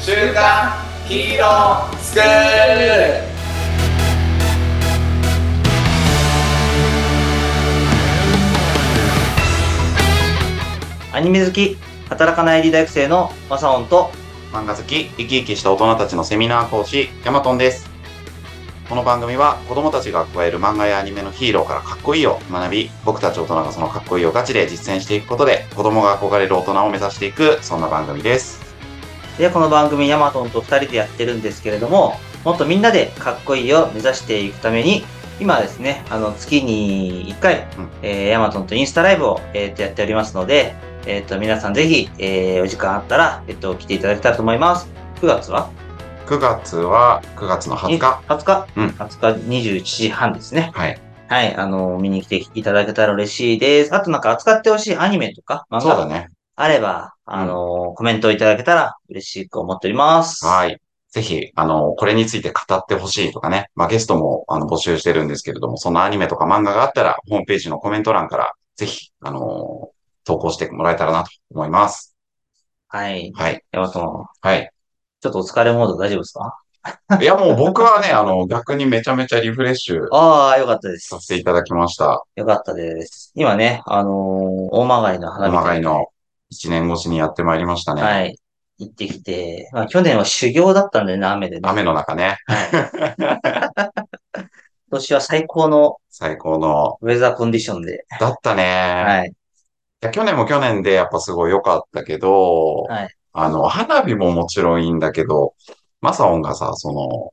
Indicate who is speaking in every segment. Speaker 1: 週刊ヒーロースクール
Speaker 2: アニメ好き、働かないリーダー育成のマサオンと、
Speaker 1: 漫画好き、生き生きした大人たちのセミナー講師、ヤマトンです。この番組は子供たちが加える漫画やアニメのヒーローからかっこいいを学び、僕たち大人がそのかっこいいをガチで実践していくことで、子供が憧れる大人を目指していく、そんな番組です。
Speaker 2: で、この番組ヤマトンと二人でやってるんですけれども、もっとみんなでかっこいいを目指していくために、今ですね、あの、月に1回、
Speaker 1: うん
Speaker 2: えーヤマトンとインスタライブを、えーとやっておりますので、えっ、と、皆さんぜひ、えーお時間あったら、えっ、と、来ていただけたらと思います。9月は
Speaker 1: 9月は、9月の20日。
Speaker 2: 20日、
Speaker 1: うん
Speaker 2: 20日21時半ですね。
Speaker 1: はい。
Speaker 2: はい、あの、見に来ていただけたら嬉しいです。あとなんか扱ってほしいアニメとか、漫
Speaker 1: そうだ
Speaker 2: 画
Speaker 1: ね。
Speaker 2: あれば、あの、コメントいただけたら嬉しく思っております。
Speaker 1: はい。ぜひ、あの、これについて語ってほしいとかね、まあ、ゲストもあの募集してるんですけれども、そのアニメとか漫画があったら、ホームページのコメント欄から、ぜひ、あの、投稿してもらえたらなと思います。
Speaker 2: はい。
Speaker 1: はい。
Speaker 2: 山本も、
Speaker 1: はい。
Speaker 2: ちょっとお疲れモード大丈夫ですか
Speaker 1: いや、もう僕はね、あの、逆にめちゃめちゃリフレッシュ
Speaker 2: ああ、よかったで
Speaker 1: さ
Speaker 2: す。
Speaker 1: せていただきました。
Speaker 2: よかったです。今ね、あのー大曲の花
Speaker 1: お
Speaker 2: 火。
Speaker 1: まがいの1年越しにやってまいりましたね。
Speaker 2: はい。行ってきて、まあ去年は修行だったんだよね、雨でね。
Speaker 1: 雨の中ね、
Speaker 2: 今年は最高の
Speaker 1: 最高の、
Speaker 2: ウェザーコンディションで。
Speaker 1: だったね。い
Speaker 2: はい。
Speaker 1: や、去年も去年でやっぱすごい良かったけど、
Speaker 2: はい
Speaker 1: あの、花火ももちろんいいんだけど、マサオンがさ、その、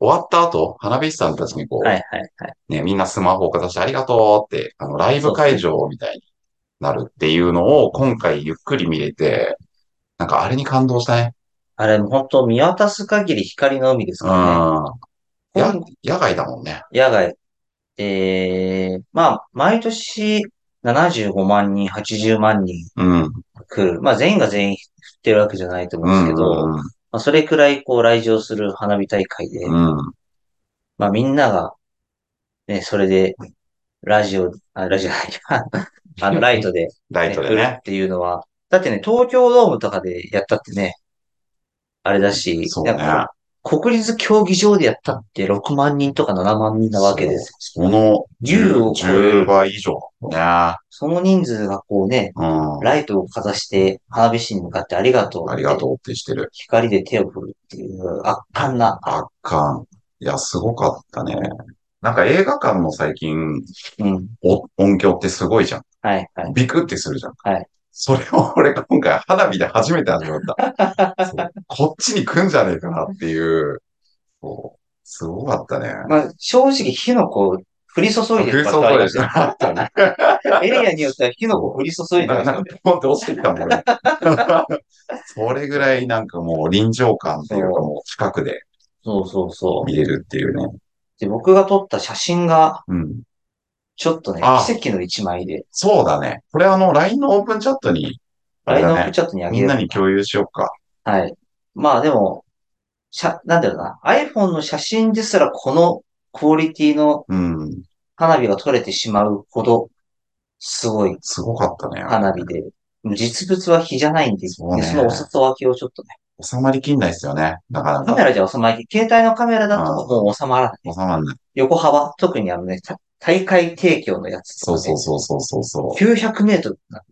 Speaker 1: 終わった後、花火師さんたちにこう、
Speaker 2: はい、はい、はい。
Speaker 1: ね、みんなスマホをかざしてありがとうって、あの、ライブ会場みたいになるっていうのを今回ゆっくり見れて、なんかあれに感動したね。
Speaker 2: あれ、本当見渡す限り光の海です
Speaker 1: う
Speaker 2: から
Speaker 1: ん。
Speaker 2: ね。
Speaker 1: や、野外だもんね。
Speaker 2: 野外。で、まあ、毎年75万人、80万人
Speaker 1: うん。うん
Speaker 2: 来る。まあ、全員が全員振ってるわけじゃないと思うんですけど、まあ、それくらい、こう、来場する花火大会で、
Speaker 1: うん。うん。
Speaker 2: まあ、みんなが、ね、それで、ラジオ、あ、ラジオじゃない あの、ライトで、
Speaker 1: ラ
Speaker 2: ね、
Speaker 1: イト
Speaker 2: 来
Speaker 1: で
Speaker 2: る
Speaker 1: ね
Speaker 2: っ。ていうのは、だってね、東京ドームとかでやったってね、あれだし、
Speaker 1: そうね
Speaker 2: なんか国立競技場でやったって6万人とか7万人なわけです。
Speaker 1: そう。その
Speaker 2: 10を超える
Speaker 1: 10倍以上だ
Speaker 2: その人数がこうね、
Speaker 1: もんね。
Speaker 2: ライトをかざして、花火師に向かってありがとう
Speaker 1: う
Speaker 2: っ
Speaker 1: ん。
Speaker 2: て。
Speaker 1: ありがとうってしてる。
Speaker 2: 光で手を振るっていう圧巻な。
Speaker 1: 圧巻。いや、すごかったね。なんか映画館も最近、
Speaker 2: うん。
Speaker 1: お音響ってすごいじゃん。
Speaker 2: はいはい。
Speaker 1: ビクってするじゃん。
Speaker 2: はい。
Speaker 1: それを俺今回花火で初めて味わ った。そうこっちに来んじゃねえかなっていう。そう。すごかったね。
Speaker 2: まあ、正直火の粉、降り注い
Speaker 1: 空
Speaker 2: でる
Speaker 1: 想
Speaker 2: 場所あ
Speaker 1: トイ
Speaker 2: り
Speaker 1: レ
Speaker 2: ま
Speaker 1: じ
Speaker 2: す
Speaker 1: ゃ
Speaker 2: よ
Speaker 1: なかった ね。
Speaker 2: エリアによっては火の粉降り注いで
Speaker 1: な
Speaker 2: ま
Speaker 1: ん
Speaker 2: す
Speaker 1: か、
Speaker 2: よね
Speaker 1: ポンって落ちてきたもんね。 それぐらいなんかもう臨場感っていうかもう近くで
Speaker 2: そうそうそう。
Speaker 1: 見れるっていうね。
Speaker 2: で、僕が撮った写真が、
Speaker 1: うん。
Speaker 2: ちょっとね
Speaker 1: あ、
Speaker 2: 奇跡の一枚で、
Speaker 1: そうだね。これあの、LINE のオープンチャットに、あ
Speaker 2: ラ
Speaker 1: れ
Speaker 2: イン
Speaker 1: だ
Speaker 2: ナップ
Speaker 1: ね。
Speaker 2: チャットにあげ
Speaker 1: み
Speaker 2: る
Speaker 1: んなに共有しようか。
Speaker 2: はい。まあでも、写なんだろうな。iPhone の写真ですらこのクオリティの
Speaker 1: うん。
Speaker 2: 花火が撮れてしまうほど、すごい
Speaker 1: すごかったね。
Speaker 2: 花火で。実物は火じゃないんで、
Speaker 1: そうね
Speaker 2: でそのお裾分けをちょっとね。
Speaker 1: 収まりきんないですよね。なかな
Speaker 2: カメ
Speaker 1: か。
Speaker 2: ラじゃ収まらない。携帯のカメラだ
Speaker 1: あ
Speaker 2: ともう収まらない。
Speaker 1: 収まんない。
Speaker 2: 横幅、特にあのね、た大会提供のやつと
Speaker 1: そ
Speaker 2: か
Speaker 1: う
Speaker 2: ね、
Speaker 1: そうそうそうそうそ
Speaker 2: 900メートルな
Speaker 1: う。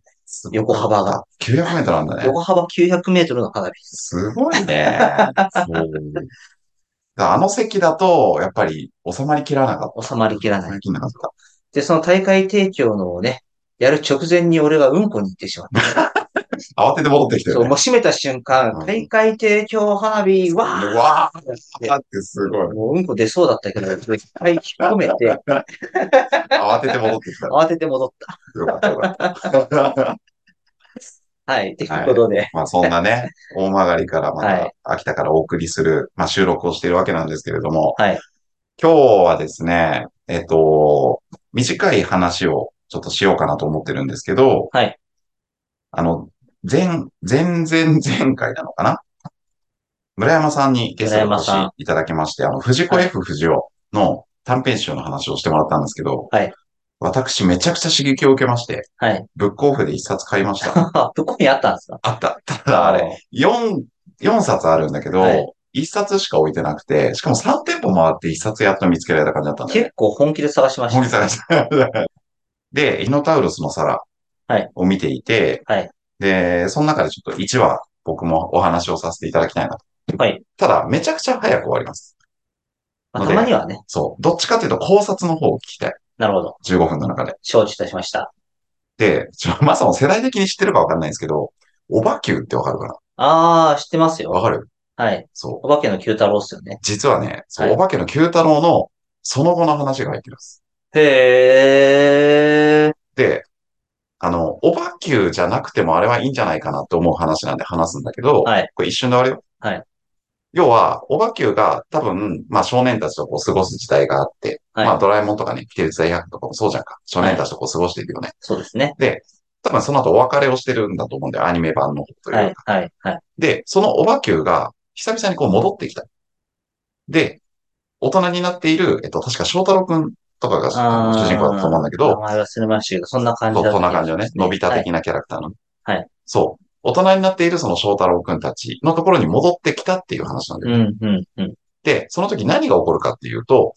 Speaker 2: 横幅が。
Speaker 1: 900メートルなんだね。
Speaker 2: 横幅900メートルの花火。
Speaker 1: すごいね。そう。だからあの席だと、やっぱり収まりきらなかっ
Speaker 2: 収まりきら
Speaker 1: た。収
Speaker 2: ない
Speaker 1: ま。りきんなかった。
Speaker 2: で、その大会提供のをね、やる直前に俺がうんこに行ってしまった。
Speaker 1: 慌てて戻ってきたよ
Speaker 2: そう、
Speaker 1: ね。
Speaker 2: もう閉めた瞬間
Speaker 1: うん、
Speaker 2: 大会提供花火、わ
Speaker 1: う
Speaker 2: ー
Speaker 1: わ
Speaker 2: ってなっ
Speaker 1: ー
Speaker 2: て
Speaker 1: ってすごい。
Speaker 2: もううんこ出そうだったけど、一回引っ込めて、
Speaker 1: 慌てて戻ってきた。
Speaker 2: 慌てて戻った。
Speaker 1: よかったよかった。
Speaker 2: はい、ということで、
Speaker 1: まあそんな ね、大曲りからま
Speaker 2: は
Speaker 1: た秋田からお送りする、まあ収録をしているわけなんですけれども、
Speaker 2: はい
Speaker 1: 今日はですね、えっと、短い話をちょっとしようかなと思ってるんですけど、
Speaker 2: はい
Speaker 1: あの、前、前前前回なのかな村山さんにゲストにお越し
Speaker 2: 村山さ
Speaker 1: いただきまして、あの、藤子
Speaker 2: はい
Speaker 1: F 不二雄の短編集の話をしてもらったんですけど、
Speaker 2: はい
Speaker 1: 私めちゃくちゃ刺激を受けまして、
Speaker 2: はい。
Speaker 1: ブックオフで一冊買いました。
Speaker 2: どこにあったんですか
Speaker 1: あった。ただあれ、
Speaker 2: れ。
Speaker 1: 読ん4冊あるんだけど、
Speaker 2: はい
Speaker 1: 1冊しか置いてなくて、しかも3店舗回って1冊やっと見つけられた感じだったんだよね。
Speaker 2: 結構本気で探しました。
Speaker 1: 本気探した。 で、イノタウロスの皿
Speaker 2: はい
Speaker 1: を見ていて、
Speaker 2: はい
Speaker 1: で、その中でちょっと1話僕もお話をさせていただきたいなと。
Speaker 2: はい。
Speaker 1: ただ、めちゃくちゃ早く終わります。
Speaker 2: まあ、たまにはね。
Speaker 1: そう。どっちかというと考察の方を聞きたい。
Speaker 2: なるほど。
Speaker 1: 15分の中で。
Speaker 2: 承知いたしました。
Speaker 1: で、ちょ、まさも世代的に知ってるかわかんないんですけど、オバキューってわかるかな
Speaker 2: あー、知ってます
Speaker 1: わ
Speaker 2: よ。
Speaker 1: かる
Speaker 2: はい。
Speaker 1: そう。
Speaker 2: お化けの九太郎っすよね。
Speaker 1: 実はね、そう、
Speaker 2: はい
Speaker 1: お化けの九太郎のその後の話が入ってるんです。
Speaker 2: へー。
Speaker 1: で、あの、オバキューじゃなくてもあれはいいんじゃないかなって思う話なんで話すんだけど、
Speaker 2: はい
Speaker 1: これ一瞬で終わるよ。
Speaker 2: はい
Speaker 1: 要は、オバキューが多分、まあ少年たちとこう過ごす時代があって、
Speaker 2: はい
Speaker 1: まあドラえもんとかね、キテレツ大学とかもそうじゃんか。少年たちとこう過ごしていくよね。
Speaker 2: そうですね。
Speaker 1: 多分その後お別れをしてるんだと思うんだよ、アニメ版の方というか。
Speaker 2: はい、はい、はい。
Speaker 1: で、そのオバキューが久々にこう戻ってきた。で、大人になっている、えっと、確か翔太郎くんとかが
Speaker 2: あー
Speaker 1: 主人公だと思うんだけど
Speaker 2: 名、前忘れましたけど、そんな感
Speaker 1: そ
Speaker 2: じ
Speaker 1: う、
Speaker 2: だ
Speaker 1: こんな感じのね、伸びた
Speaker 2: はい
Speaker 1: 的なキャラクターのね。
Speaker 2: はい
Speaker 1: そう。大人になっているその翔太郎くんたちのところに戻ってきたっていう話なんだ
Speaker 2: う
Speaker 1: よ。
Speaker 2: ん、うん、うん。
Speaker 1: で、その時何が起こるかっていうと、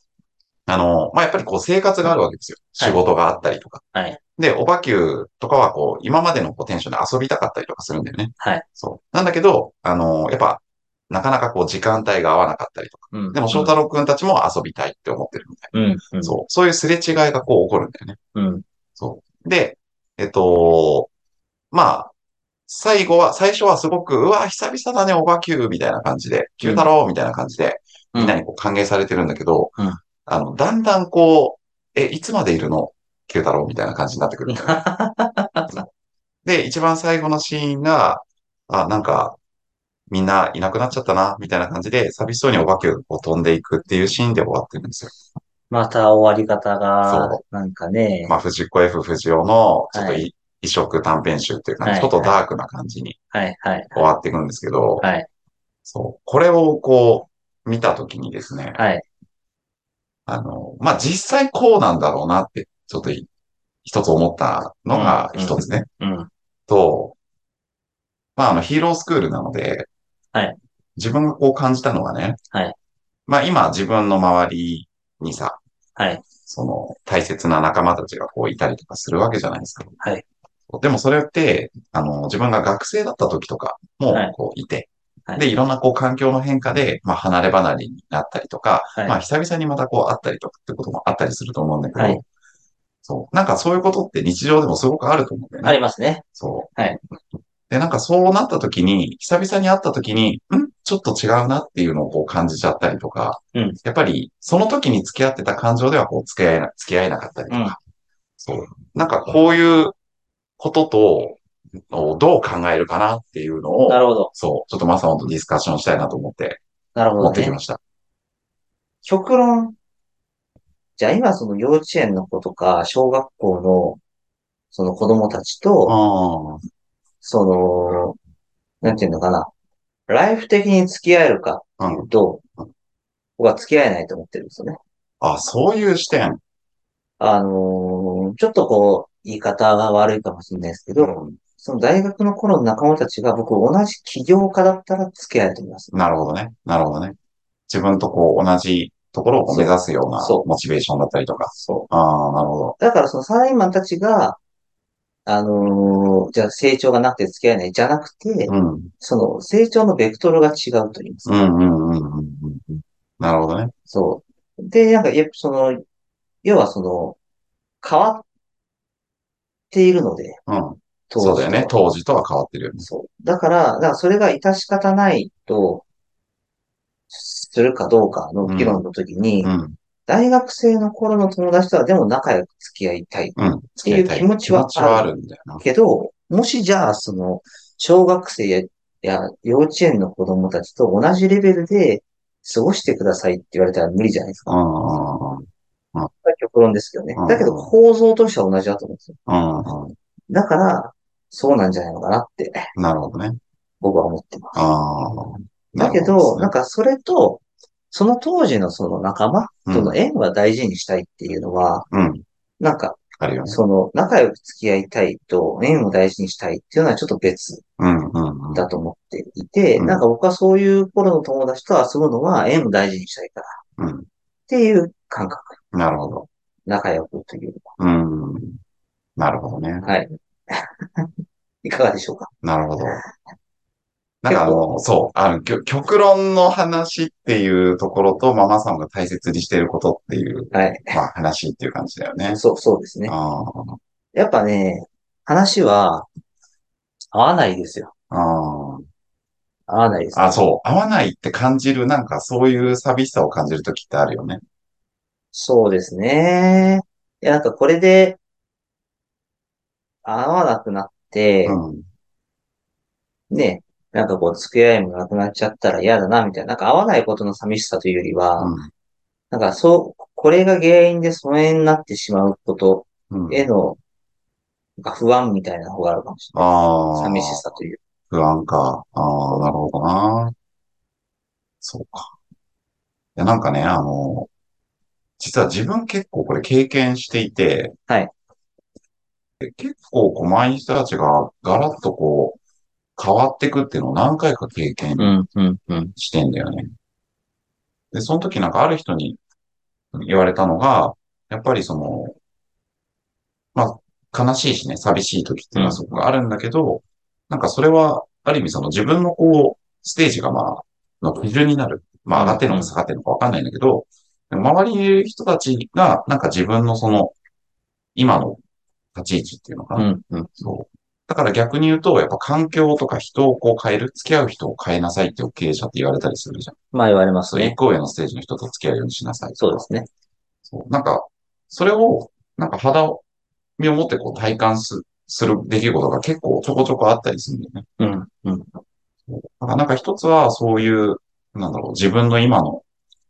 Speaker 1: あの、まあ、やっぱりこう生活があるわけですよ。
Speaker 2: はい
Speaker 1: 仕事があったりとか。
Speaker 2: はい
Speaker 1: で、おばきゅうとかはこう、今までのこうテンションで遊びたかったりとかするんだよね。
Speaker 2: はい
Speaker 1: そう。なんだけど、あの、やっぱ、なかなかこう時間帯が合わなかったりとか。
Speaker 2: うん。
Speaker 1: でも翔太郎くんたちも遊びたいって思ってるみたい
Speaker 2: うん、うん
Speaker 1: な。、そう。そういうすれ違いがこう起こるんだよね。
Speaker 2: うん。
Speaker 1: そう。で、えっと、まあ、最後は、最初はすごく、うわ、久々だね、おばきゅうみたいな感じで、九太郎みたいな感じで、
Speaker 2: うん
Speaker 1: みんなにこう歓迎されてるんだけど、
Speaker 2: うん
Speaker 1: あの、だんだんこう、え、いつまでいるの九太郎みたいな感じになってくる。で、一番最後のシーンが、あ、なんか、みんないなくなっちゃったな、みたいな感じで、寂しそうにおばきゅうを飛んでいくっていうシーンで終わってるんですよ。
Speaker 2: また終わり方が
Speaker 1: そ、
Speaker 2: なんかね、
Speaker 1: まあ、藤子 F 不二雄の、ちょっとい
Speaker 2: は
Speaker 1: 異色短編集っていう感じ、
Speaker 2: はい
Speaker 1: ちょっとダークな感じに
Speaker 2: はい、はい、
Speaker 1: 終わっていくんですけど、
Speaker 2: はい、
Speaker 1: そう。これをこう、見たときにですね、
Speaker 2: はい。
Speaker 1: あの、まあ、実際こうなんだろうなって、ちょっとい一つ思ったのが
Speaker 2: うん
Speaker 1: 一つね。
Speaker 2: うん、
Speaker 1: と、まあ、あの、ヒーロースクールなので、
Speaker 2: はい
Speaker 1: 自分がこう感じたのがね、
Speaker 2: はい
Speaker 1: まあ、今自分の周りにさ、
Speaker 2: はい、
Speaker 1: その、大切な仲間たちがこういたりとかするわけじゃないですか。
Speaker 2: はい
Speaker 1: でもそれって、あの、自分が学生だった時とかも
Speaker 2: はい、
Speaker 1: こう、いて、
Speaker 2: はい
Speaker 1: で、いろんなこう環境の変化で、まあ、離れ離れになったりとか、
Speaker 2: はい
Speaker 1: まあ、久々にまたこう、会ったりとかってこともあったりすると思うんだけど、
Speaker 2: はい
Speaker 1: そう、なんかそういうことって日常でもすごくあると思うんだよね
Speaker 2: あ。りますね。
Speaker 1: そう。
Speaker 2: はい
Speaker 1: で、なんかそうなった時に、久々に会った時に、んちょっと違うなっていうのをこう感じちゃったりとか、
Speaker 2: うん
Speaker 1: やっぱりその時に付き合ってた感情ではこう付き合えな、付き合えなかったりとか、
Speaker 2: うん
Speaker 1: そう。なんかこういうことと、をどう考えるかなっていうのを
Speaker 2: な、るほど、
Speaker 1: そう、ちょっとまさおとディスカッションしたいなと思って、
Speaker 2: なるほ
Speaker 1: 持
Speaker 2: ど
Speaker 1: ってき
Speaker 2: ね。
Speaker 1: ました。
Speaker 2: 極論。じゃあ今その幼稚園の子とか、小学校の、その子供たちと、
Speaker 1: ああ、
Speaker 2: その、なんていうのかな。ライフ的に付き合えるかっていうと、
Speaker 1: うん
Speaker 2: 僕は付き合えないと思ってるんですよね。
Speaker 1: あ、そういう視点。
Speaker 2: あのーちょっとこう、言い方が悪いかもしれないですけど、その大学の頃の仲間たちが僕同じ起業家だったら付き合えると思います。
Speaker 1: なるほどね。なるほどね。自分とこう同じところをこう目指すような
Speaker 2: そうそう
Speaker 1: モチベーションだったりとか。
Speaker 2: そ
Speaker 1: ああ、なるほど。
Speaker 2: う。だからそのサラリーマンたちが、あのーじゃあ成長がなくて付き合えないじゃなくて、
Speaker 1: うん。うん
Speaker 2: その成長のベクトルが違うと言います
Speaker 1: う
Speaker 2: か。
Speaker 1: んうんうんうんうん。なるほどね。
Speaker 2: そう。で、なんか、やっぱその、要はその、変わっているので、
Speaker 1: うん。
Speaker 2: 当時
Speaker 1: そ
Speaker 2: と
Speaker 1: うだよね。当時とは変わってるよね。
Speaker 2: そう。だから、だからそれが致し方ないと、するかどうかの議論の時に、
Speaker 1: うん。
Speaker 2: 大学生の頃の友達とはでも仲良く付き合いたい
Speaker 1: うん。
Speaker 2: ていう気持ちはあ
Speaker 1: 気
Speaker 2: る
Speaker 1: 持ちはあるんだよな。
Speaker 2: けど、もしじゃあ、その、小学生や、や幼稚園の子供たちと同じレベルで過ごしてくださいって言われたら無理じゃないですか。
Speaker 1: うんうん
Speaker 2: 極論ですけどね
Speaker 1: うん。
Speaker 2: だけど構造としては同じだと思うんですよ。
Speaker 1: うんうん。
Speaker 2: だから、そうなんじゃないのかなって
Speaker 1: なるほどね。
Speaker 2: 僕は思ってます。
Speaker 1: ああ。
Speaker 2: だけ
Speaker 1: なる
Speaker 2: ど、
Speaker 1: ほ
Speaker 2: なんかそれと、その当時のその仲間
Speaker 1: うん
Speaker 2: との縁は大事にしたいっていうのは、
Speaker 1: うん。
Speaker 2: なんか
Speaker 1: あるよね。
Speaker 2: その、仲良く付き合いたいと、縁を大事にしたいっていうのはちょっと別
Speaker 1: うんうんうん。
Speaker 2: だと思っていて、
Speaker 1: うん
Speaker 2: なんか僕はそういう頃の友達と遊ぶのは縁を大事にしたいからっ
Speaker 1: うん。
Speaker 2: ていう感覚。
Speaker 1: なるほど。
Speaker 2: 仲良くというより
Speaker 1: うん。なるほどね。
Speaker 2: は。はい。 いかがでしょうか
Speaker 1: なるほど。なんかあの、そう、あの、きょ極論の話っていうところと、ママさんが大切にしてることっていう、
Speaker 2: はい。
Speaker 1: まあ話っていう感じだよね。
Speaker 2: そう、そうですね。
Speaker 1: ああ、
Speaker 2: やっぱね、話は合わないですよ。
Speaker 1: あ
Speaker 2: 合わないです、
Speaker 1: あ、あ、そう、合わないって感じる、なんかそういう寂しさを感じるときってあるよね。
Speaker 2: そうですね。いや、なんかこれで、合わなくなって、
Speaker 1: うん。
Speaker 2: ね、なんかこう、付き合いもなくなっちゃったら嫌だな、みたいな。なんか合わないことの寂しさというよりは、なんかそう、これが原因で疎遠になってしまうこと
Speaker 1: うん。うん、
Speaker 2: への、なんか不安みたいな方があるかもしれ
Speaker 1: あ
Speaker 2: な
Speaker 1: あ、
Speaker 2: い。寂しさという。
Speaker 1: 不安か。ああ、なるほどな。そうか。いや、なんかね、あの、実は自分結構これ経験していて、
Speaker 2: はい
Speaker 1: で。結構こう、マイン人たちがガラッとこう、変わってくっていうのを何回か経験
Speaker 2: ん、うん、うん。
Speaker 1: してんだよね。で、その時なんかある人に言われたのが、やっぱりその、まあ、悲しいしね、寂しい時っていうのはそこがあるんだけど、なんかそれは、ある意味その自分のこう、ステージがまあ、の基準になる。まあ上がってるのか下がってるのかわかんないんだけど、でも周りにいる人たちが、なんか自分のその、今の立ち位置っていうのかな。
Speaker 2: ん、うん。
Speaker 1: そう。だから逆に言うと、やっぱ環境とか人をこう変える、付き合う人を変えなさいって経営者って言われたりするじゃん。
Speaker 2: まあ言われます
Speaker 1: そう、一
Speaker 2: ね。
Speaker 1: 個上のステージの人と付き合うようにしなさい
Speaker 2: そ
Speaker 1: とか。
Speaker 2: うですね。
Speaker 1: そう。なんか、それを、なんか肌を、身をもってこう体感す、する出来事が結構ちょこちょこあったりするんだよね。
Speaker 2: うん、うん。
Speaker 1: だからなんか一つはそういう、なんだろう、自分の今の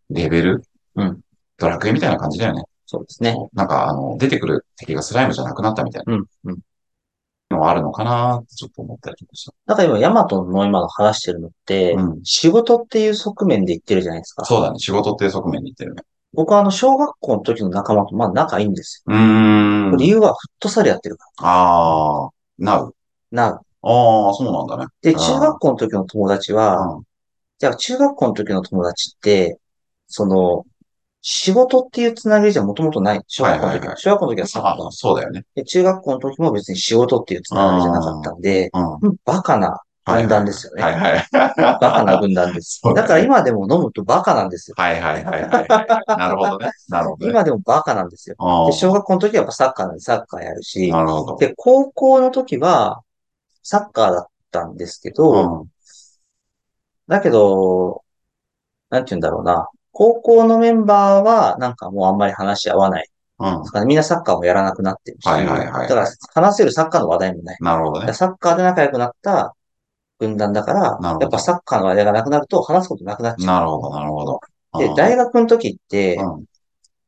Speaker 1: レベル。
Speaker 2: うん。
Speaker 1: ドラクエみたいな感じだよね。
Speaker 2: そうですね。
Speaker 1: なんかあの、出てくる敵がスライムじゃなくなったみたい
Speaker 2: うん、うん。
Speaker 1: なのはあるのかなってちょっと思ったりもした。
Speaker 2: なんか今、ヤマトの今の話してるのって、
Speaker 1: うん。
Speaker 2: 仕事っていう側面で言ってるじゃないですか。
Speaker 1: そうだね。仕事っていう側面に言ってるね。
Speaker 2: 僕はあの、小学校の時の仲間と、まあ仲いいんです
Speaker 1: うー
Speaker 2: よ。理
Speaker 1: ん。
Speaker 2: 由はフットサルやってるか
Speaker 1: ああ、なう。
Speaker 2: ら。
Speaker 1: あ
Speaker 2: な、
Speaker 1: あ、そうなんだね。
Speaker 2: で、
Speaker 1: あー
Speaker 2: 中学校の時の友達は、じゃあ中学校の時の友達って、その、仕事っていうつながりじゃもともとない。小学校の
Speaker 1: は
Speaker 2: 時は。
Speaker 1: いはいはい
Speaker 2: 小学校の時は
Speaker 1: う
Speaker 2: サッ
Speaker 1: ん。
Speaker 2: カ
Speaker 1: あ
Speaker 2: ー
Speaker 1: そうだよね。
Speaker 2: で、中学校の時も別に仕事っていうつながりじゃなかったんで、
Speaker 1: うん。は
Speaker 2: うんバカない
Speaker 1: はい
Speaker 2: 軍団ですよね。
Speaker 1: はいはい。
Speaker 2: バカな軍団です。
Speaker 1: そうだね
Speaker 2: だから今でも飲むとバカなんですよ。
Speaker 1: はいはいはいはい はい。なるほどね。なるほどね。
Speaker 2: 今でもバカなんですよ。
Speaker 1: あー
Speaker 2: で、小学校の時はやっぱサッカーなんでサッカーやるし、
Speaker 1: なるほど。
Speaker 2: で、高校の時は、サッカーだったんですけど、
Speaker 1: うん
Speaker 2: だけど、なんて言うんだろうな。高校のメンバーは、なんかもうあんまり話し合わない。
Speaker 1: うん。
Speaker 2: みんなサッカーもやらなくなってるし、
Speaker 1: はいはいはい
Speaker 2: だから話せるサッカーの話題もない。
Speaker 1: なるほど
Speaker 2: だから
Speaker 1: ね。
Speaker 2: サッカーで仲良くなった軍団だから
Speaker 1: なるほ、ど
Speaker 2: やっぱサッカーの話題がなくなると話すことなくなっちゃ
Speaker 1: なるほど、なるほど。
Speaker 2: う。で
Speaker 1: う、ん
Speaker 2: 大学の時って、
Speaker 1: うん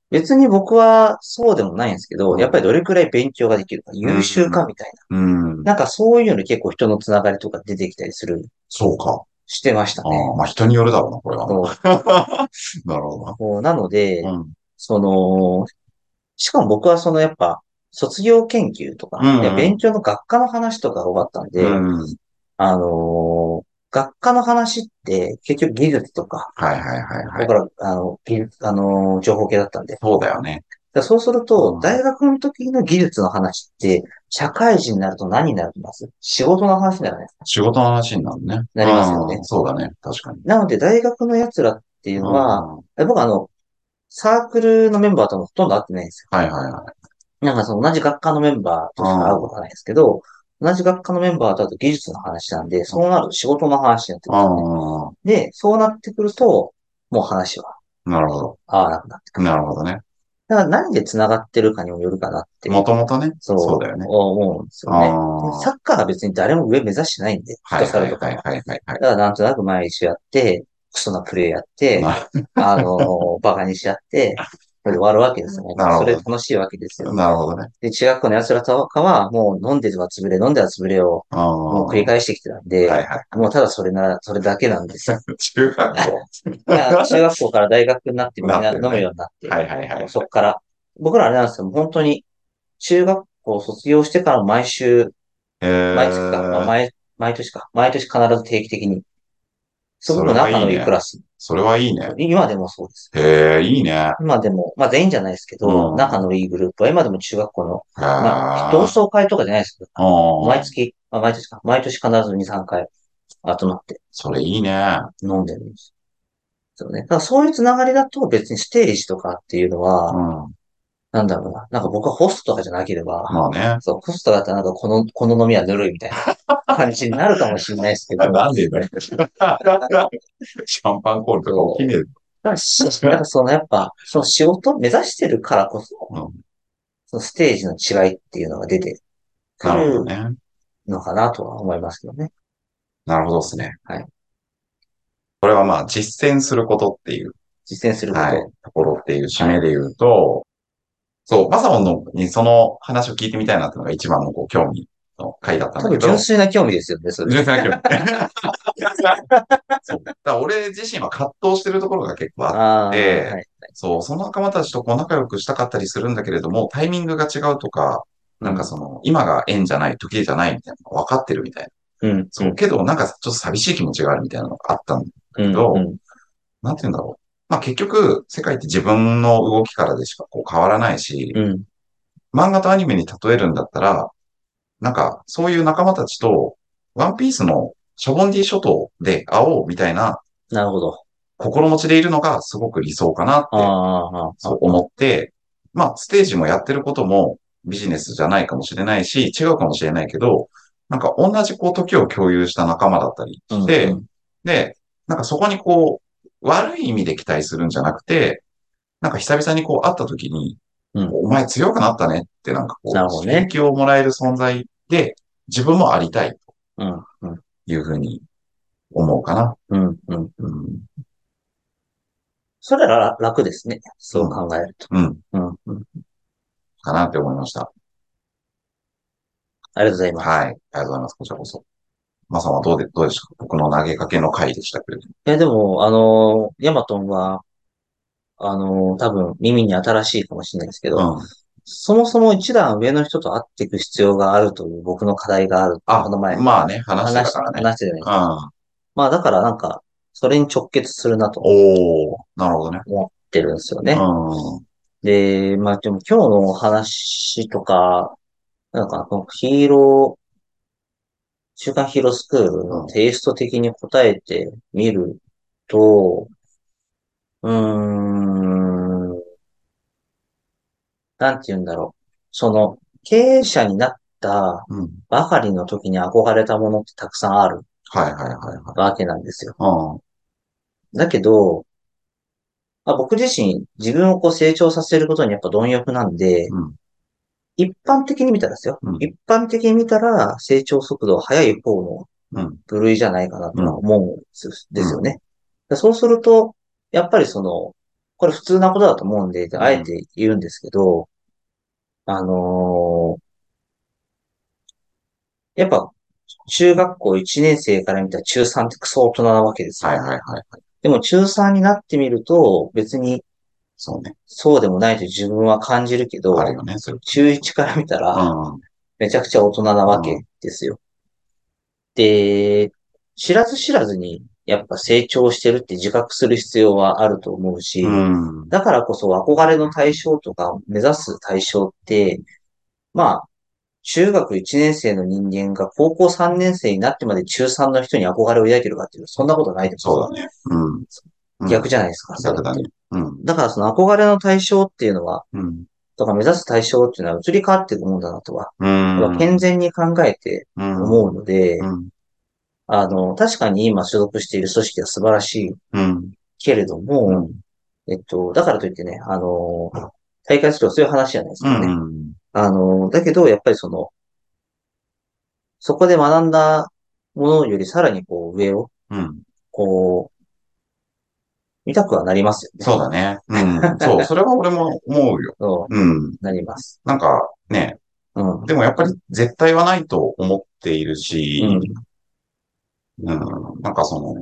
Speaker 2: 別に僕はそうでもないんですけど、
Speaker 1: うん
Speaker 2: やっぱりどれくらい勉強ができるか、優秀かみたいな。
Speaker 1: うん。
Speaker 2: なんかそういうのに結構人のつながりとか出てきたりする、
Speaker 1: そうか。
Speaker 2: してました
Speaker 1: あ
Speaker 2: ね
Speaker 1: ー。まあ人によるだろうな、これ
Speaker 2: そう
Speaker 1: は。 なるほどな。
Speaker 2: こうなので、
Speaker 1: うん。
Speaker 2: その、しかも僕はそのやっぱ、卒業研究とか、
Speaker 1: うんうん
Speaker 2: いや勉強の学科の話とかが多かったんで、
Speaker 1: うん。はい
Speaker 2: あのー学科の話って結局技術とか、
Speaker 1: はいはいはい。
Speaker 2: 僕ら、あの、技術、あのー情報系だったんで。だか
Speaker 1: そうだよね。
Speaker 2: らそうすると、
Speaker 1: うん
Speaker 2: 大学の時の技術の話って、社会人になると何になると思います仕事の話になるじゃないですか。
Speaker 1: 仕事の話になるね。
Speaker 2: なりますよね
Speaker 1: うんそうだね。確かに。
Speaker 2: なので、大学の奴らってい
Speaker 1: う
Speaker 2: う
Speaker 1: ん
Speaker 2: のは、
Speaker 1: は
Speaker 2: 僕はあの、サークルのメンバーともほとんど会ってないんですよ
Speaker 1: いはいはい。
Speaker 2: なんかその同じ学科のメンバーとしか会うことはないですけど、同じ学科のメンバーとだと技術の話なんで、そうなると仕事の話になってくるんですね、
Speaker 1: ああ。
Speaker 2: で、そうなってくると、もう話は
Speaker 1: なるほど。
Speaker 2: 合わなくなってくる。
Speaker 1: なるほどね。
Speaker 2: だから何で繋がってるかにもよるかなって、
Speaker 1: もともとね。そうだよね。
Speaker 2: 思うんですよね。
Speaker 1: あ
Speaker 2: サッカーは別に誰も上目指してないんで、
Speaker 1: あ。は
Speaker 2: フッ
Speaker 1: い
Speaker 2: トサ
Speaker 1: は
Speaker 2: ル
Speaker 1: い
Speaker 2: とか
Speaker 1: はい
Speaker 2: は。
Speaker 1: はいはいは
Speaker 2: だ
Speaker 1: い。
Speaker 2: からなんとなく毎週やって、クソなプレイやって、
Speaker 1: な
Speaker 2: あのー、バカにし合って、それで終わるわけですよね。
Speaker 1: なるほ
Speaker 2: そ
Speaker 1: ど
Speaker 2: れ楽しいわけですよ。
Speaker 1: なるほどね。
Speaker 2: で、中学校の奴らとかは、もう飲んでは潰れ、飲んでは潰れを、
Speaker 1: ああ。
Speaker 2: もう繰り返してきてたん
Speaker 1: はい
Speaker 2: で、
Speaker 1: は
Speaker 2: もうただそれな、それだけなんですよ。
Speaker 1: い。中学校。
Speaker 2: だから中学校から大学になってみん
Speaker 1: な
Speaker 2: な
Speaker 1: って
Speaker 2: 飲
Speaker 1: ね
Speaker 2: むようになって、
Speaker 1: はいはいはい。
Speaker 2: そっから、僕らあれなんですよ、もう本当に、中学校卒業してから毎週、
Speaker 1: えー、
Speaker 2: 毎月か、まあ毎、毎年か、毎年必ず定期的に。そこの仲のいいクラス。
Speaker 1: それはいいね。
Speaker 2: 今でもそうです。
Speaker 1: へえ、いいね。
Speaker 2: 今でも、まあ全員じゃないですけど、
Speaker 1: うん
Speaker 2: 仲のいいグループは今でも中学校の、
Speaker 1: へ
Speaker 2: まあ、
Speaker 1: ー
Speaker 2: 同窓会とかじゃないですけど、
Speaker 1: うん
Speaker 2: 毎月、まあ、毎年か、毎年必ず2、3回集まって
Speaker 1: それいいね。
Speaker 2: 飲んでるんです。そうね。だからそういうつながりだと別にステージとかっていうのは、
Speaker 1: うん。
Speaker 2: なんだろうな。なんか僕はホストとかじゃなければ、
Speaker 1: まあね。
Speaker 2: そう、ホストだったらなんかこの、この飲みはぬるいみたいな 感じになるかもしれないですけど。
Speaker 1: なんでだよ。 シャンパンコールとか起きねえ。
Speaker 2: なんかそのやっぱ、その仕事を目指してるからこそ、
Speaker 1: うん
Speaker 2: そのステージの違いっていうのが出てく
Speaker 1: なるほど
Speaker 2: る
Speaker 1: ね。
Speaker 2: のかなとは思いますけどね。
Speaker 1: なるほどですね。
Speaker 2: はい。
Speaker 1: これはまあ、実践することっていう、
Speaker 2: 実践すること。
Speaker 1: はい、ところっていう締めで言うと、そう、マサオンのにその話を聞いてみたいなっていうのが一番のこう興味の回だったんだけ
Speaker 2: 多分
Speaker 1: ど。
Speaker 2: 純粋な興味ですよね、それ。
Speaker 1: 純粋な興味。 そう。だから俺自身は葛藤してるところが結構あって、
Speaker 2: ああ、
Speaker 1: ええ
Speaker 2: はい。
Speaker 1: そう、その仲間たちとこう仲良くしたかったりするんだけれども、タイミングが違うとか、なんかその、今が縁じゃない、時じゃないみたいなのが分かってるみたいな。
Speaker 2: うん、
Speaker 1: そう、けどなんかちょっと寂しい気持ちがあるみたいなのがあったん
Speaker 2: うん、
Speaker 1: どう
Speaker 2: うん
Speaker 1: なんて言うんだろう。まあ結局、世界って自分の動きからでしかこう変わらないし、
Speaker 2: うん、
Speaker 1: 漫画とアニメに例えるんだったら、なんかそういう仲間たちと、ワンピースのシャボンディ諸島で会おうみたいな
Speaker 2: なるほど。
Speaker 1: 心持ちでいるのがすごく理想かなって
Speaker 2: ああ、
Speaker 1: そう思って、まあ、ステージもやってることもビジネスじゃないかもしれないし、違うかもしれないけど、なんか同じこう時を共有した仲間だったり
Speaker 2: うん
Speaker 1: して、
Speaker 2: うん
Speaker 1: で、なんかそこにこう、悪い意味で期待するんじゃなくて、なんか久々にこう会った時に、
Speaker 2: うん
Speaker 1: お前強くなったねってなんかこう、
Speaker 2: なるほどね
Speaker 1: 刺激をもらえる存在で、自分もありたいと
Speaker 2: うん、うん、
Speaker 1: いうふうに思うかな。
Speaker 2: うん、うん。
Speaker 1: うん。
Speaker 2: それは楽ですね。そう考えると。
Speaker 1: うん。
Speaker 2: うん、うん。
Speaker 1: かなって思いました。
Speaker 2: ありがとうございます。
Speaker 1: はい。ありがとうございます。こちらこそ。まさんはどうで、どうでしたか僕の投げかけの回でしたけれども。
Speaker 2: いや、でも、あのー、ヤマトンは、あのー、多分耳に新しいかもしれないですけど、
Speaker 1: うん。
Speaker 2: そもそも一段上の人と会っていく必要があるという僕の課題がある。
Speaker 1: あ、
Speaker 2: この前、
Speaker 1: まあね、話して
Speaker 2: 話
Speaker 1: た
Speaker 2: し
Speaker 1: からね。
Speaker 2: 話してたじゃないですか。
Speaker 1: うん。
Speaker 2: まあ、だからなんか、それに直結するなと思
Speaker 1: おー、なるほどね。
Speaker 2: ってるんですよ
Speaker 1: う
Speaker 2: ね。
Speaker 1: ん。
Speaker 2: で、まあ、でも今日のお話とか、なんか、このヒーロー、週刊ヒーロースクールのテイスト的に答えてみると、うーん、なんて言うんだろう。その、経営者になった
Speaker 1: うん。
Speaker 2: ばかりの時に憧れたものってたくさんある
Speaker 1: はいはいは
Speaker 2: わけなんですよ。
Speaker 1: いは
Speaker 2: だけど、まあ、僕自身、自分をこう成長させることにやっぱ貪欲なんで
Speaker 1: い。、うん。うん。
Speaker 2: 一般的に見たらですよ。
Speaker 1: うん
Speaker 2: 一般的に見たら成長速度は速い方
Speaker 1: う
Speaker 2: の
Speaker 1: ん
Speaker 2: 部類じゃないかなとは思うんです,、ですよね。でそうすると、やっぱりその、これ普通なことだと思うんで、あえて言うんですけど、あのーやっぱ、中学校1年生から見たら中3ってクソ大人なわけですよ。
Speaker 1: はいはいはい。
Speaker 2: でも中3になってみると、別に
Speaker 1: そうね。
Speaker 2: そうでもないと自分は感じるけど、
Speaker 1: あるよね、それ。
Speaker 2: 中1から見たら、
Speaker 1: うん。
Speaker 2: めちゃくちゃ大人なわけですよ。で、知らず知らずに、やっぱ成長してるって自覚する必要はあると思うし、
Speaker 1: うん。
Speaker 2: だからこそ憧れの対象とか目指す対象って、まあ、中学1年生の人間が高校3年生になってまで中3の人に憧れを抱いてるかっていうと、そんなことないです
Speaker 1: そう
Speaker 2: よ
Speaker 1: だね。うん。うん
Speaker 2: 逆じゃないですか。
Speaker 1: 逆だね。うん。
Speaker 2: だからその憧れの対象っていうのは、
Speaker 1: うん。
Speaker 2: とか目指す対象っていうのは移り変わっていくもんだなとは、
Speaker 1: うん。
Speaker 2: 健全に考えて
Speaker 1: うん。
Speaker 2: 思うので、
Speaker 1: うん。
Speaker 2: あの、確かに今所属している組織は素晴らしい
Speaker 1: うん。
Speaker 2: けれども、
Speaker 1: うん。
Speaker 2: えっと、だからといってね、あの、大会するとかそういう話じゃないです
Speaker 1: う
Speaker 2: かね。
Speaker 1: ん。
Speaker 2: あの、だけど、やっぱりその、そこで学んだものよりさらにこう上を、
Speaker 1: うん。
Speaker 2: こう、見たくはなりますよね。
Speaker 1: そうだね。うん。そう、それは俺も思うよ。
Speaker 2: そ
Speaker 1: うん。
Speaker 2: う、なります。
Speaker 1: なんか、ね、
Speaker 2: うん。
Speaker 1: でもやっぱり絶対はないと思っているし、
Speaker 2: う
Speaker 1: う
Speaker 2: ん
Speaker 1: んなんかその、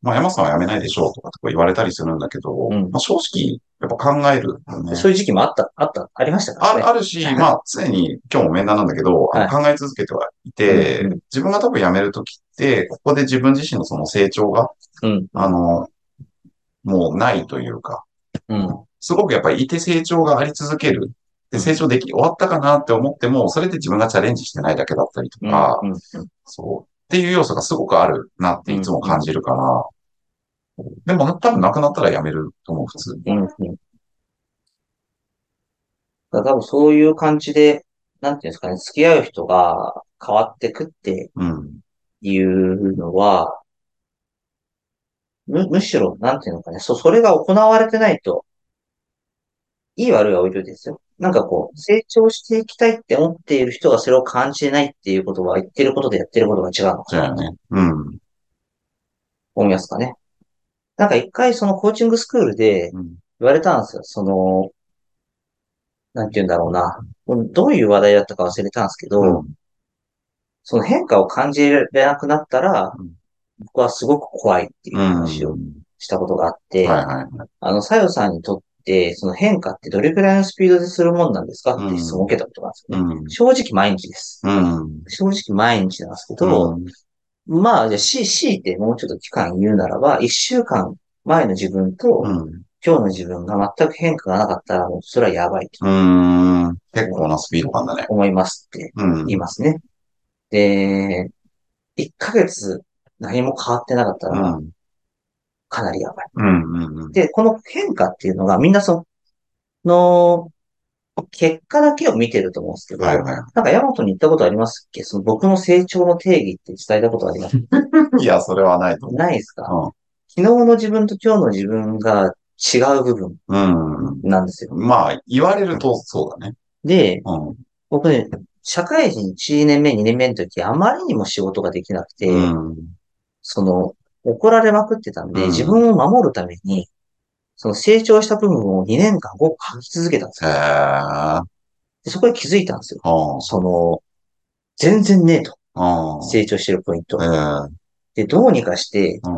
Speaker 1: まあ、山さんは辞めないでしょうとかとか言われたりするんだけど、
Speaker 2: うん
Speaker 1: まあ、正直、やっぱ考えるよね。
Speaker 2: そういう時期もあった、あった、ありましたか
Speaker 1: あ
Speaker 2: らね。
Speaker 1: あるし、まあ、常に今日も面談なんだけど、あの考え続けてはいて、
Speaker 2: うんうん
Speaker 1: 自分が多分辞めるときって、ここで自分自身のその成長が、
Speaker 2: うん。
Speaker 1: あの、もうないというか、
Speaker 2: うん。
Speaker 1: すごくやっぱりいて成長があり続ける。で、成長でき、終わったかなって思っても、それで自分がチャレンジしてないだけだったりと
Speaker 2: うん
Speaker 1: か、
Speaker 2: うん
Speaker 1: そう。っていう要素がすごくあるなっていつも感じるから、でも多分なくなったら辞めると思う、普通に。
Speaker 2: うん、うん。だから多分そういう感じで、なんていうんですかね、付き合う人が変わってくって
Speaker 1: うん。
Speaker 2: いうのは、む、むしろ、なんていうのかね、そ、それが行われてないと、いい悪いは置いといてですよ。なんかこう、成長していきたいって思っている人がそれを感じてないっていうことは、言ってることとやってることが違うのか
Speaker 1: そうやね。うん。
Speaker 2: 思いますかね。なんか一回そのコーチングスクールで、
Speaker 1: うん。
Speaker 2: 言われたんですよ。その、なんて言うんだろうな。うんどういう話題だったか忘れたんですけど、
Speaker 1: うん
Speaker 2: その変化を感じられなくなったら、
Speaker 1: うん
Speaker 2: 僕はすごく怖いっていう
Speaker 1: うん。
Speaker 2: 話をしたことがあって、
Speaker 1: はいはい。
Speaker 2: あの、さよさんにとって、その変化ってどれくらいのスピードでするもんなんですかって質問を受けたことがあるんですよね。
Speaker 1: うん。
Speaker 2: 正直毎日です。
Speaker 1: うん。
Speaker 2: 正直毎日なんですけど、まあ、じゃあ C、C ってもうちょっと期間言うならば、1週間前の自分と、
Speaker 1: うん。
Speaker 2: 今日の自分が全く変化がなかったら、もうそれはやばいと
Speaker 1: うん。うん。結構なスピード感だね。
Speaker 2: 思いますって
Speaker 1: うん。
Speaker 2: 言いますね。で、1ヶ月何も変わってなかった
Speaker 1: う
Speaker 2: ら、
Speaker 1: ん。
Speaker 2: かなりやばい。
Speaker 1: うん。うん。うん。
Speaker 2: で、この変化っていうのが、みんなその、結果だけを見てると思うんですけど、
Speaker 1: はいは
Speaker 2: なんかヤマトに言ったことありますっけその僕の成長の定義って伝えたことあります
Speaker 1: い。いや、それはないと思
Speaker 2: ないですか
Speaker 1: う。
Speaker 2: 昨日の自分と今日の自分が違う部分
Speaker 1: うん。うん。
Speaker 2: なんですよ。
Speaker 1: まあ、言われるとそうだね。
Speaker 2: で、
Speaker 1: うん。
Speaker 2: 僕ね、社会人1年目、2年目の時、あまりにも仕事ができなくて、
Speaker 1: うん。
Speaker 2: その、怒られまくってたんで、
Speaker 1: うん
Speaker 2: 自分を守るために、その成長した部分を2年間を書き続けたんです
Speaker 1: へ
Speaker 2: よ。
Speaker 1: ぇ
Speaker 2: でそこで気づいたんですよ。
Speaker 1: ー。
Speaker 2: その、全然ねえと、
Speaker 1: うん。うん。
Speaker 2: 成長してるポイント
Speaker 1: え。ー
Speaker 2: で、どうにかして、
Speaker 1: うん。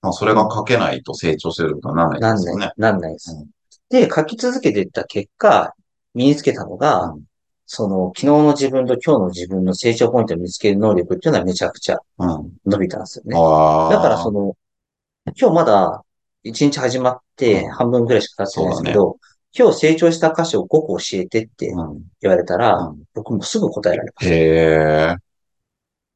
Speaker 1: まあ、それが書けないと成長することはならない
Speaker 2: な
Speaker 1: で
Speaker 2: ん
Speaker 1: すよ
Speaker 2: な
Speaker 1: ね
Speaker 2: い。、なんないです
Speaker 1: う。
Speaker 2: で、書き続けていった結果、身につけたのが
Speaker 1: う、
Speaker 2: その、昨日の自分と今日の自分の成長ポイントを見つける能力っていうのはめちゃくちゃ
Speaker 1: うん。
Speaker 2: 伸びたんですよね。
Speaker 1: ああ。
Speaker 2: だからその、今日まだ1日始まって半分くらいしか経ってないんですけど、今日成長した箇所を5個教えてって
Speaker 1: うん。
Speaker 2: 言われたら、
Speaker 1: うん
Speaker 2: 僕もすぐ答えられます。
Speaker 1: へえ。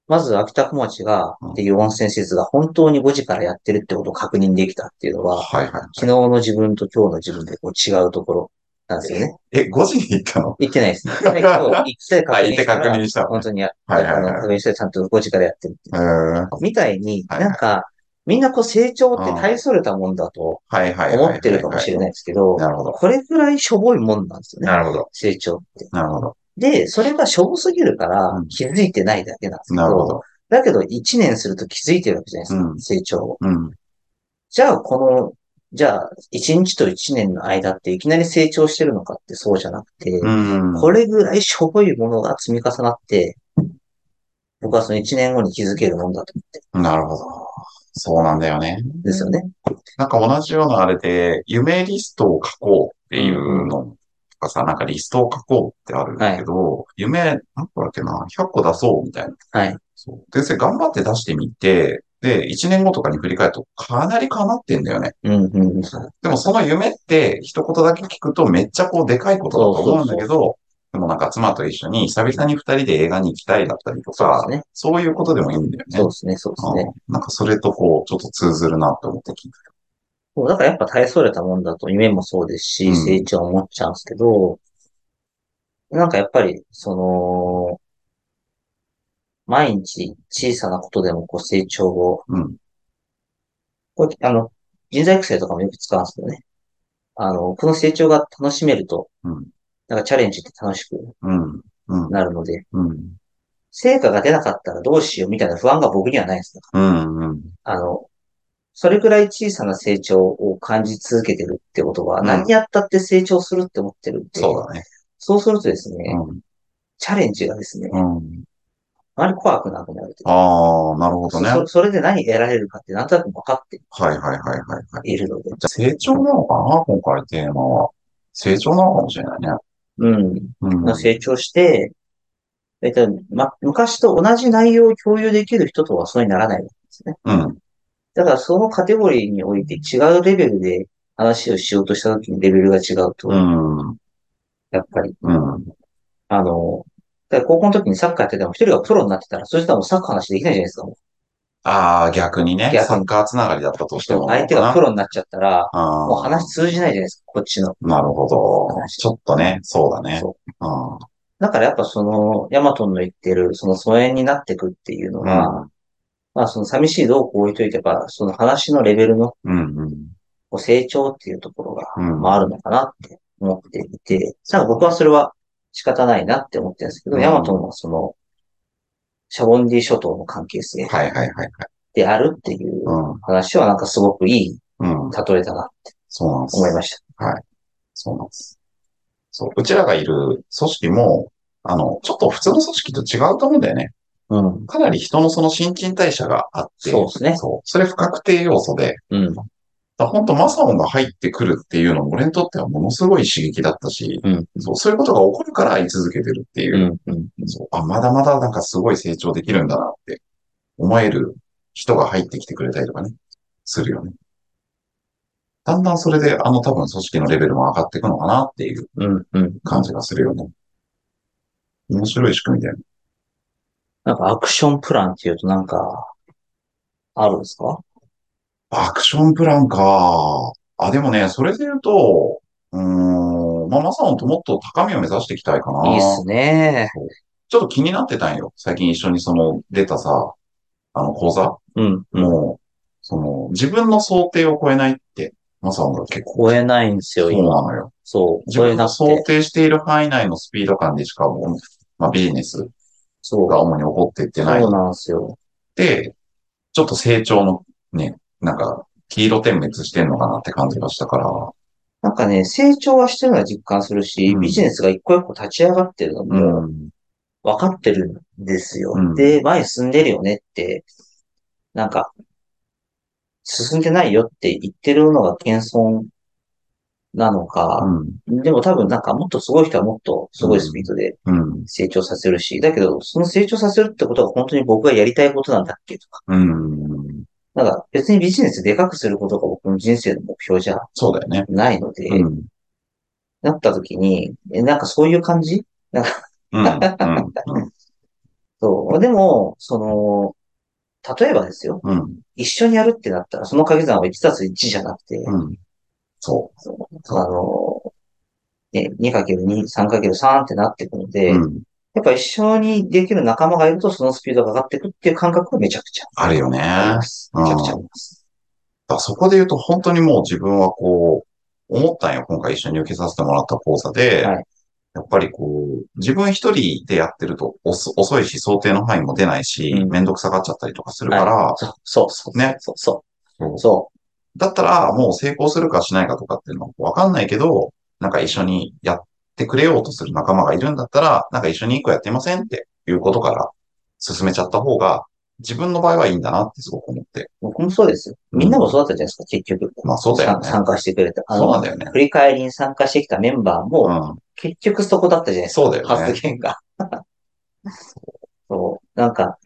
Speaker 2: まず、秋田小町が
Speaker 1: うん、
Speaker 2: で、湯温泉施設が本当に5時からやってるってことを確認できたっていうのは、
Speaker 1: はいはい。
Speaker 2: 昨日の自分と今日の自分でこう違うところなんですよね。
Speaker 1: え、5時に行ったの
Speaker 2: 言ってないですね。今日行って
Speaker 1: はい、行っ
Speaker 2: 確認
Speaker 1: て
Speaker 2: した
Speaker 1: 確
Speaker 2: ら、
Speaker 1: 認したの。
Speaker 2: 本当にや、
Speaker 1: はいはいはい
Speaker 2: あの確認してちゃんと5時からやってるっていう
Speaker 1: へー
Speaker 2: みたいに、
Speaker 1: はいはい
Speaker 2: なんか、みんなこう成長って大それたもんだと、
Speaker 1: はいはいはい。
Speaker 2: 思ってるかもしれないですけど、
Speaker 1: なるほど。
Speaker 2: これぐらいしょぼいもんなんですよね。
Speaker 1: なるほど。
Speaker 2: 成長って。
Speaker 1: なるほど。
Speaker 2: で、それがしょぼすぎるから
Speaker 1: うん
Speaker 2: 気づいてないだけなんですけ
Speaker 1: なるほ
Speaker 2: ど、
Speaker 1: ど。
Speaker 2: だけど1年すると気づいてるわけじゃないですか、
Speaker 1: うん
Speaker 2: 成長を。
Speaker 1: うん。
Speaker 2: じゃあこの、じゃあ1日と1年の間っていきなり成長してるのかってそうじゃなくて、
Speaker 1: うん。
Speaker 2: これぐらいしょぼいものが積み重なって、僕はその1年後に気づけるもんだと思って
Speaker 1: なるほど。そうなんだよね。
Speaker 2: るんですよね。
Speaker 1: なんか同じようなあれで、夢リストを書こうっていうのとかさ、なんかリストを書こうってあるんだけど、夢、なんだっけな、100個出そうみたいな。
Speaker 2: はい。
Speaker 1: そう。で、それ頑張って出してみて、で、1年後とかに振り返るとかなり叶ってんだよね。
Speaker 2: うんうん。そう
Speaker 1: でもその夢って一言だけ聞くとめっちゃこうでかいことだと思うんだけど、でもなんか妻と一緒に久々に二人で映画に行きたいだったりとか、
Speaker 2: ですね。
Speaker 1: そういうことでもいいんだよね。
Speaker 2: そうですね、そうです
Speaker 1: う
Speaker 2: ね。
Speaker 1: んなんかそれとこう、ちょっと通ずるなって思って聞い
Speaker 2: そう、だからやっぱ大それたもんだと夢もそうですし、
Speaker 1: うん
Speaker 2: 成長も思っちゃうんですけど、なんかやっぱり、その、毎日小さなことでもこう成長を、
Speaker 1: うん
Speaker 2: これ、あの、人材育成とかもよく使うんですけどね。あの、この成長が楽しめると、
Speaker 1: うん
Speaker 2: なんかチャレンジって楽しく
Speaker 1: た。うん。うん。
Speaker 2: なるので、
Speaker 1: うん。
Speaker 2: 成果が出なかったらどうしようみたいな不安が僕にはないですね。
Speaker 1: うん。うん。
Speaker 2: あの、それくらい小さな成長を感じ続けてるってことは、
Speaker 1: うん
Speaker 2: 何やったって成長するって思ってるんで、
Speaker 1: そうだね。
Speaker 2: そうするとですね、
Speaker 1: う
Speaker 2: チャレンジがですね、
Speaker 1: ん。うん。
Speaker 2: まり怖くなくなるというか
Speaker 1: ああ、なるほどね。はい
Speaker 2: そそれで何得られるかってなんとなく分かって
Speaker 1: はいはいはいはい。
Speaker 2: いるの
Speaker 1: じ
Speaker 2: で。
Speaker 1: ゃあ成長なのかな今回テーマは。成長なのかもしれないね。
Speaker 2: うん。
Speaker 1: うん。
Speaker 2: まあ成長して、えっと、ま、昔と同じ内容を共有できる人とはそうにならないわけですね。
Speaker 1: うん。
Speaker 2: だからそのカテゴリーにおいて違うレベルで話をしようとした時にレベルが違うと、
Speaker 1: うん。
Speaker 2: やっぱり、
Speaker 1: うん。
Speaker 2: あの、だから高校の時にサッカーやってても一人がプロになってたら、そしたらもうサッカーの話できないじゃないですか。も
Speaker 1: ああ、逆にね
Speaker 2: 逆、に
Speaker 1: サッカーつながりだったと
Speaker 2: う
Speaker 1: しても。
Speaker 2: 相手がプロになっちゃったら、
Speaker 1: あ
Speaker 2: もう
Speaker 1: あ。
Speaker 2: 話通じないじゃないですか、こっちの。
Speaker 1: なるほど。ちょっとね、そうだね。
Speaker 2: そう
Speaker 1: うん。
Speaker 2: だからやっぱその、ヤマトンの言ってる、その疎遠になってくっていうのは、まあその寂しいどうこう置いといてば、その話のレベルの
Speaker 1: うん。うん。
Speaker 2: こう成長っていうところが、
Speaker 1: うん。
Speaker 2: まああるのかなって思っていて、なんか僕はそれは仕方ないなって思ってるんですけど、
Speaker 1: うん
Speaker 2: ヤマトンはその、シャボンディ諸島の関係性
Speaker 1: はいはいはいはい。
Speaker 2: であるっていう
Speaker 1: う
Speaker 2: 話はなんかすごくいい
Speaker 1: ん。うん。
Speaker 2: 例えだなって
Speaker 1: そうなんです。
Speaker 2: 思いました。
Speaker 1: そうなんです。そう。うちらがいる組織も、あの、ちょっと普通の組織と違うと思うんだよね。
Speaker 2: うん。
Speaker 1: かなり人のその新陳代謝があって、
Speaker 2: そうですね。
Speaker 1: そう。それ不確定要素で、
Speaker 2: うん。
Speaker 1: だ本当マサオンが入ってくるっていうのも俺にとってはものすごい刺激だったし、
Speaker 2: うん。
Speaker 1: そう、そういうことが起こるから居続けてるっていうう、
Speaker 2: ん。うん。
Speaker 1: そう、あ、まだまだなんかすごい成長できるんだなって思える人が入ってきてくれたりとかね、するよね。だんだんそれで、あの多分組織のレベルも上がっていくのかなっていう
Speaker 2: うん。うん。
Speaker 1: 感じがするよね。面白い仕組みだよね。
Speaker 2: なんかアクションプランっていうとなんか、あるんですか
Speaker 1: アクションプランか。あ、でもね、それで言うと、うーん、まあ、マサオンともっと高みを目指していきたいかな。
Speaker 2: いいっすね。
Speaker 1: ちょっと気になってたんよ。最近一緒にその出たさ、あの講座
Speaker 2: うん。うん。
Speaker 1: もう、その自分の想定を超えないって、マサオンが結構
Speaker 2: 超えないんで
Speaker 1: そ
Speaker 2: すよ、
Speaker 1: うな
Speaker 2: 今。
Speaker 1: のよ。
Speaker 2: そう。
Speaker 1: 自
Speaker 2: 超え
Speaker 1: 分
Speaker 2: な
Speaker 1: の
Speaker 2: く
Speaker 1: 想
Speaker 2: て。
Speaker 1: 定している範囲内のスピード感でしかもう、まあ、ビジネス
Speaker 2: そう。
Speaker 1: が主に起こっていってない
Speaker 2: そうなんですよ。
Speaker 1: で、ちょっと成長のね、なんか、黄色点滅してんのかなって感じがしたから、
Speaker 2: なんかね、成長はしてるのは実感するし、
Speaker 1: うん
Speaker 2: ビジネスが一個一個立ち上がってるの
Speaker 1: う
Speaker 2: も
Speaker 1: ん、
Speaker 2: 分かってるんですよ。
Speaker 1: うん
Speaker 2: で、前に進んでるよねって、なんか、進んでないよって言ってるのが謙遜なのか、
Speaker 1: うん、
Speaker 2: でも多分なんかもっとすごい人はもっとすごいスピードで
Speaker 1: うん、
Speaker 2: 成長させるし、だけどその成長させるってことは本当に僕がやりたいことなんだっけとか。
Speaker 1: うん、
Speaker 2: なんか別にビジネスでかくすることが僕の人生の目標じゃ
Speaker 1: そうだよね。
Speaker 2: ないので、
Speaker 1: うん、
Speaker 2: なった時に、え、なんかそういう感じ
Speaker 1: うん、うん、
Speaker 2: そう。でも、その、例えばですよ。
Speaker 1: うん、
Speaker 2: 一緒にやるってなったら、その掛け算は1たす1じゃなくて、
Speaker 1: うん、そ
Speaker 2: あの、ね、2×2、3×3 ってなってくの
Speaker 1: う、
Speaker 2: で、
Speaker 1: うん、
Speaker 2: やっぱ一緒にできる仲間がいると、そのスピードが上がっていくっていう感覚がめちゃくちゃ
Speaker 1: あるよね。
Speaker 2: あります。
Speaker 1: うん
Speaker 2: めちゃくちゃあります。
Speaker 1: だそこで言うと本当にもう自分はこう、思ったんよ。今回一緒に受けさせてもらった講座で、
Speaker 2: はい
Speaker 1: やっぱりこう、自分一人でやってると遅遅いし、想定の範囲も出ないし、
Speaker 2: うん
Speaker 1: めんどくさがっちゃったりとかするから、
Speaker 2: そう、そう、そう、
Speaker 1: ね
Speaker 2: そう、そ
Speaker 1: そう
Speaker 2: う、そ
Speaker 1: だったら、もう成功するかしないかとかっていうのはわかんないけど、なんか一緒にやってくれようとする仲間がいるんだったら、なんか一緒に一個やってませんっていうことから進めちゃった方が、自分の場合はいいんだなってすごく思って。
Speaker 2: う。僕もそうですよ。みんなもそうだったじゃないですか、結局。
Speaker 1: まあそうだよね
Speaker 2: さ参加してくれた。あ
Speaker 1: そうなん
Speaker 2: の、
Speaker 1: だよね。
Speaker 2: 振り返りに参加してきたメンバーも、
Speaker 1: う
Speaker 2: 結局そこだったじゃないで
Speaker 1: ん。
Speaker 2: す
Speaker 1: そうだ
Speaker 2: か。
Speaker 1: よね
Speaker 2: 発。言が。そう。なんか、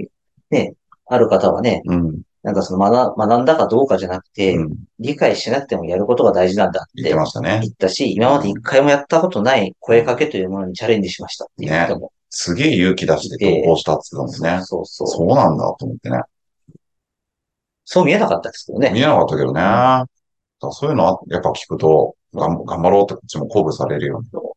Speaker 2: ね、ある方はね、
Speaker 1: うん。
Speaker 2: なんかその学学んだかどうかじゃなくて、
Speaker 1: うん。
Speaker 2: 理解しなくてもやることが大事なんだっ
Speaker 1: 言ってて
Speaker 2: 言
Speaker 1: ましたね。
Speaker 2: ったし、今まで一回もやったことない声かけというものにチャレンジしましたっていう人も。
Speaker 1: すげえ勇気出して投稿したって言ってたもんね。
Speaker 2: そうそうそう。
Speaker 1: そうなんだと思ってね。
Speaker 2: そう見えなかったですけど
Speaker 1: 見
Speaker 2: ね。
Speaker 1: えなかったけどね。だからそういうのはやっぱ聞くと、頑張頑張ろうってこっちも鼓舞されるようにと。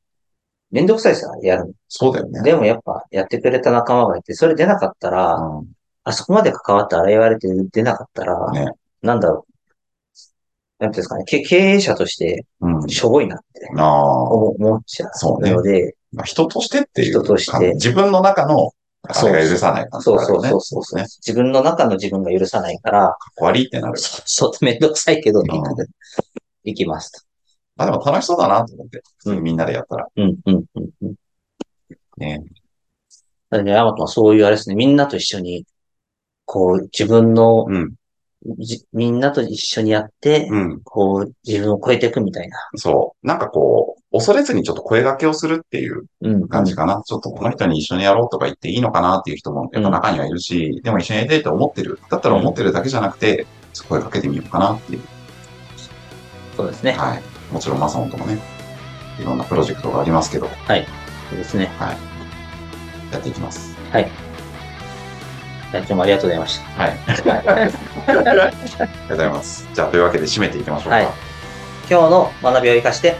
Speaker 2: めんどくさいですよ、やる
Speaker 1: そうだよね
Speaker 2: の。。でもやっぱやってくれた仲間がいて、それ出なかったら、
Speaker 1: う
Speaker 2: あそこまで関わってあれ言われて出なかったら、
Speaker 1: ね
Speaker 2: なんだろう。なんていうんですかね、け経営者として、
Speaker 1: ん。うん。
Speaker 2: しょぼいなって
Speaker 1: ああ。
Speaker 2: 思思っちゃ
Speaker 1: そう
Speaker 2: う
Speaker 1: ね
Speaker 2: の。で、
Speaker 1: まあ、人としてっていう。
Speaker 2: 人として
Speaker 1: 感じ自分の中の、あれが許さない感じ
Speaker 2: そう
Speaker 1: がある
Speaker 2: そ
Speaker 1: よ
Speaker 2: う
Speaker 1: ね。
Speaker 2: そうそうそう、
Speaker 1: ね。
Speaker 2: 自分の中の自分が許さないから、
Speaker 1: かっこ悪いってなる。
Speaker 2: そう、そうめんどくさいけど、
Speaker 1: うん
Speaker 2: 行く行きます
Speaker 1: まあでも楽しそうだなと思って。普通にみんなでやったら。
Speaker 2: と。うん、うん、うん。うん
Speaker 1: ね。
Speaker 2: だからヤマトはそういうあれですね、みんなと一緒に、こう、自分の、
Speaker 1: うん。
Speaker 2: じみんなと一緒にやって、
Speaker 1: うん。
Speaker 2: こう、自分を超えていくみたいな。
Speaker 1: そう。なんかこう、恐れずにちょっと声掛けをするっていう
Speaker 2: うん。
Speaker 1: 感じかな。ちょっとこの人に一緒にやろうとか言っていいのかなっていう人もやっぱ中にはいるし、でも一緒にやりたいと思ってる。だったら思ってるだけじゃなくて、声かけてみようかなっていう。
Speaker 2: そうですね。
Speaker 1: はい。もちろんマサオンともね、いろんなプロジェクトがありますけど、
Speaker 2: そうですね。
Speaker 1: やっていきます。
Speaker 2: いや今日もありがとうございました。
Speaker 1: はい。ありがとうございます。じゃあ、というわけで締めていきましょうか。
Speaker 2: はい今日の学びを生かして、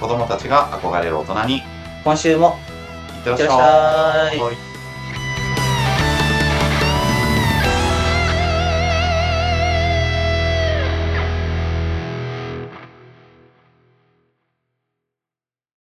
Speaker 1: 子供たちが憧れる大人に、いっ
Speaker 2: 今週も
Speaker 1: てらってし
Speaker 2: らっし
Speaker 1: ゃ
Speaker 2: ゃい
Speaker 1: い。はい